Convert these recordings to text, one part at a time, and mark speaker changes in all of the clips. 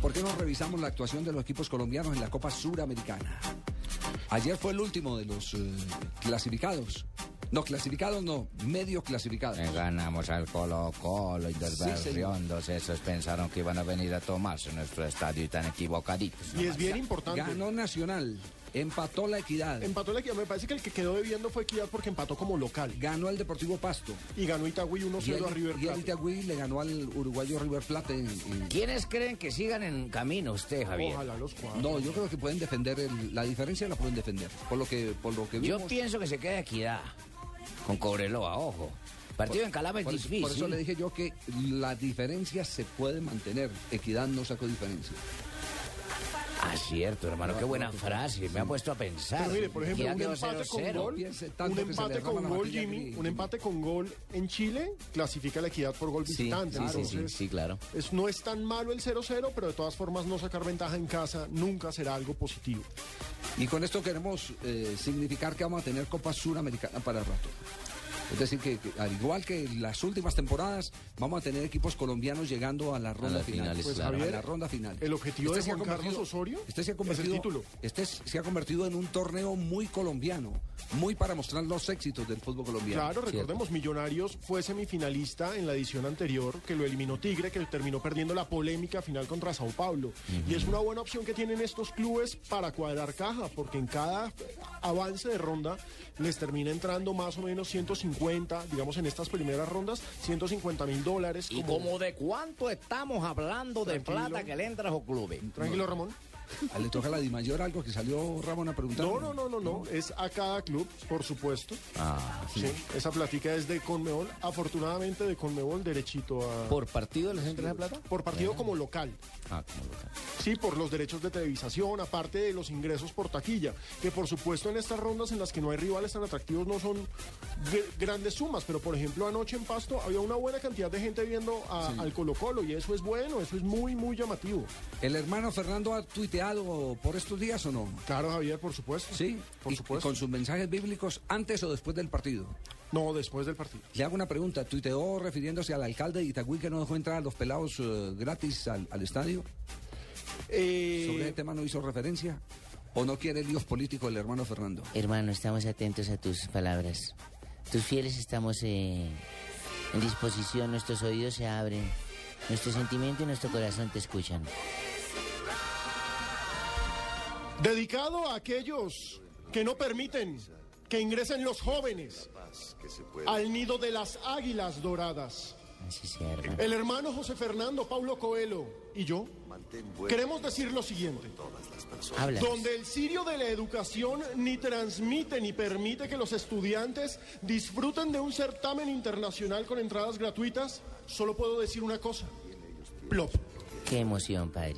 Speaker 1: ¿Por qué no revisamos la actuación de los equipos colombianos en la Copa Suramericana? Ayer fue el último de los eh, clasificados. No, clasificados no, medio clasificados.
Speaker 2: Le Eh, ganamos al Colo Colo, Interverriondos, esos pensaron que iban a venir a tomarse nuestro estadio y tan equivocaditos.
Speaker 3: Y es bien importante. Em-
Speaker 1: Ganó Nacional, empató la Equidad,
Speaker 3: Empató la equidad. Me parece que el que quedó debiendo fue equidad porque empató como local.
Speaker 1: ganó al Deportivo Pasto.
Speaker 3: Y ganó Itagüí
Speaker 1: Y
Speaker 3: 1-0 a River
Speaker 1: el, y el
Speaker 3: Plate.
Speaker 1: Itagüí le ganó al uruguayo River Plate. en- en-
Speaker 2: ¿Quiénes creen que sigan en camino usted, Javier?
Speaker 3: Ojalá los cuatro.
Speaker 1: No, yo creo que pueden defender, el- la diferencia la pueden defender. Por lo que, por lo que
Speaker 2: Yo
Speaker 1: vimos,
Speaker 2: pienso que se quede Equidad con Cobreloa, ojo. Partido en Calama es
Speaker 1: por, eso-
Speaker 2: difícil.
Speaker 1: por eso le dije yo que la diferencia se puede mantener. Equidad no sacó diferencia.
Speaker 2: Ah, cierto, hermano, qué buena frase. Me ha puesto a pensar.
Speaker 3: Pero mire, por ejemplo,
Speaker 2: Equidad
Speaker 3: un
Speaker 2: quedó
Speaker 3: empate con
Speaker 2: 0-0.
Speaker 3: gol,
Speaker 1: Piense tanto
Speaker 3: un
Speaker 1: que se le
Speaker 3: empate
Speaker 1: derrama
Speaker 3: con
Speaker 1: la
Speaker 3: gol,
Speaker 1: pastilla
Speaker 3: Jimmy,
Speaker 1: que-
Speaker 3: un empate con gol en Chile clasifica la equidad por gol
Speaker 2: Sí,
Speaker 3: visitante.
Speaker 2: sí, sí, sí,
Speaker 3: entonces,
Speaker 2: sí, claro.
Speaker 3: es- no es tan malo el 0-0, pero de todas formas no sacar ventaja en casa nunca será algo positivo.
Speaker 1: Y con esto queremos eh, significar que vamos a tener Copa Suramericana para el rato. Es decir, que, que al igual que las últimas temporadas, vamos a tener equipos colombianos llegando a la ronda
Speaker 2: las
Speaker 1: final.
Speaker 2: finales,
Speaker 3: Pues,
Speaker 2: claro.
Speaker 1: a
Speaker 3: Javier,
Speaker 1: la ronda final. Este
Speaker 3: el objetivo de
Speaker 1: se ha
Speaker 3: Juan Carlos
Speaker 1: convertido-
Speaker 3: Osorio
Speaker 1: este se ha
Speaker 3: es el
Speaker 1: convertido,
Speaker 3: título.
Speaker 1: Este es- se ha convertido en un torneo muy colombiano, muy para mostrar los éxitos del fútbol colombiano.
Speaker 3: Claro, recordemos, Millonarios fue semifinalista en la edición anterior, que lo eliminó Tigre, que terminó perdiendo la polémica final contra Sao Paulo. Y es una buena opción que tienen estos clubes para cuadrar caja, porque en cada avance de ronda les termina entrando más o menos 150, digamos en estas primeras rondas, 150 mil dólares.
Speaker 2: ¿Y
Speaker 3: como-
Speaker 2: como de cuánto estamos hablando de
Speaker 3: Tranquilo.
Speaker 2: plata que le entra a los clubes?
Speaker 3: Tranquilo, Ramón.
Speaker 1: Ah, Le toca a la Di Mayor algo que salió Ramón a preguntar.
Speaker 3: No, no, no, no, no. Es a cada club, por supuesto. Sí, Esa platica es de Conmebol. Afortunadamente de Conmebol derechito a...
Speaker 2: ¿Por partido les entra esa plata?
Speaker 3: por partido como local.
Speaker 2: Ah, como local.
Speaker 3: Sí, por los derechos de televisación, aparte de los ingresos por taquilla, que por supuesto en estas rondas en las que no hay rivales tan atractivos no son gr- grandes sumas, pero por ejemplo anoche en Pasto había una buena cantidad de gente viendo a- al Colo Colo y eso es bueno, eso es muy, muy llamativo.
Speaker 1: ¿El hermano Fernando ha tuiteado por estos días o no?
Speaker 3: Claro, Javier, por supuesto.
Speaker 1: Sí,
Speaker 3: por
Speaker 1: y- y
Speaker 3: supuesto.
Speaker 1: Con sus mensajes bíblicos antes o después del partido.
Speaker 3: No, después del partido.
Speaker 1: Le hago una pregunta. ¿Tuiteó refiriéndose al alcalde de Itagüí que no dejó entrar a los pelados eh, gratis al, al estadio?
Speaker 3: Eh,
Speaker 1: ¿Sobre ese tema no hizo referencia? ¿O no quiere líos políticos el hermano Fernando?
Speaker 4: Hermano, estamos atentos a tus palabras. Tus fieles estamos eh, en disposición, nuestros oídos se abren, nuestro sentimiento y nuestro corazón te escuchan.
Speaker 3: Dedicado a aquellos que no permiten que ingresen los jóvenes al nido de las águilas doradas.
Speaker 4: Así sea, hermano.
Speaker 3: El hermano José Fernando Paulo Coelho y yo queremos decir lo siguiente.
Speaker 4: Habla.
Speaker 3: Donde el cirio de la educación ni transmite ni permite que los estudiantes disfruten de un certamen internacional con entradas gratuitas, solo puedo decir una cosa. Plop.
Speaker 4: Qué emoción, padre.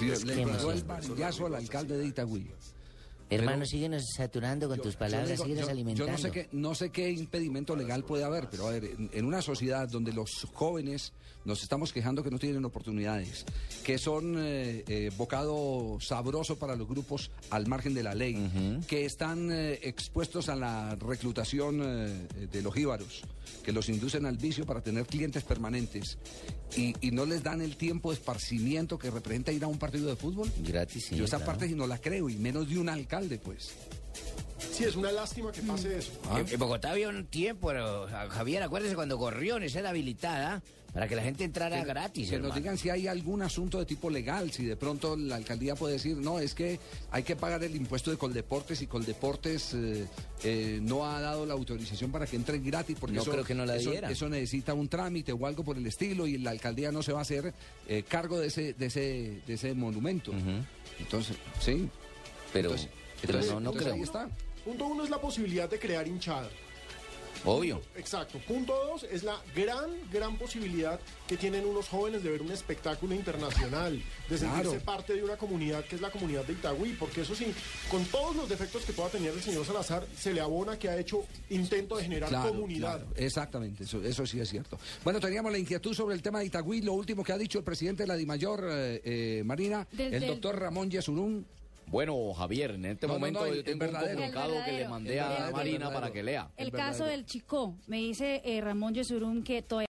Speaker 1: Le
Speaker 4: que
Speaker 1: entregó
Speaker 4: no sé.
Speaker 1: el varillazo al alcalde de Itagüí.
Speaker 4: Hermano, síguenos saturando con tus
Speaker 1: Yo
Speaker 4: palabras,
Speaker 1: digo,
Speaker 4: síguenos
Speaker 1: yo-
Speaker 4: alimentando.
Speaker 1: yo no sé, qué, no sé qué impedimento legal puede haber, pero a ver, en, en una sociedad donde los jóvenes nos estamos quejando que no tienen oportunidades, que son eh, eh, bocado sabroso para los grupos al margen de la ley, que están eh, expuestos a la reclutación eh, de los íbaros, que los inducen al vicio para tener clientes permanentes y, y no les dan el tiempo de esparcimiento que representa ir a un partido de fútbol.
Speaker 4: Gratis, sí,
Speaker 1: Yo esa
Speaker 4: claro.
Speaker 1: parte sí no la creo, y menos de un alcalde, pues.
Speaker 3: Sí, es una lástima que pase eso.
Speaker 1: Ah.
Speaker 2: En- Ah. En Bogotá había un tiempo, pero, ja- Javier, acuérdese cuando Gorriones era habilitada para que la gente entrara gratis.
Speaker 1: Que nos
Speaker 2: hermano.
Speaker 1: digan si hay algún asunto de tipo legal, si de pronto la alcaldía puede decir, no, es que hay que pagar el impuesto de Coldeportes y Coldeportes eh, eh, no ha dado la autorización para que entren gratis. Porque
Speaker 2: No
Speaker 1: eso,
Speaker 2: creo que no la
Speaker 1: eso-
Speaker 2: diera.
Speaker 1: eso necesita un trámite o algo por el estilo y la alcaldía no se va a hacer eh, cargo de ese, de ese, de ese monumento. Entonces, sí.
Speaker 2: pero,
Speaker 1: Entonces-
Speaker 2: pero
Speaker 1: entonces-
Speaker 2: no, no
Speaker 1: entonces
Speaker 2: creo.
Speaker 1: ahí está.
Speaker 3: Punto uno es la posibilidad de crear hinchada.
Speaker 2: Obvio.
Speaker 3: Exacto. Punto dos es la gran, gran posibilidad que tienen unos jóvenes de ver un espectáculo internacional, de sentirse
Speaker 1: Claro.
Speaker 3: parte de una comunidad que es la comunidad de Itagüí, porque eso sí, con todos los defectos que pueda tener el señor Salazar, se le abona que ha hecho intento de generar
Speaker 1: Claro,
Speaker 3: comunidad.
Speaker 1: claro, exactamente, eso, eso sí es cierto. Bueno, teníamos la inquietud sobre el tema de Itagüí, lo último que ha dicho el presidente de la Dimayor, eh, eh, Marina,
Speaker 5: Del-
Speaker 1: el
Speaker 5: del-
Speaker 1: doctor Ramón Yesurún.
Speaker 6: Bueno, Javier, en este
Speaker 1: No, no,
Speaker 6: momento
Speaker 1: no, el-
Speaker 6: yo tengo
Speaker 1: el
Speaker 6: un
Speaker 1: verdadero.
Speaker 6: comunicado que le
Speaker 5: El
Speaker 6: mandé
Speaker 1: verdadero.
Speaker 6: a
Speaker 1: El
Speaker 6: Marina
Speaker 1: verdadero.
Speaker 6: para que lea.
Speaker 5: El
Speaker 1: Es
Speaker 5: caso
Speaker 1: verdadero.
Speaker 5: del Chicó, me dice eh, Ramón Yesurum que todavía...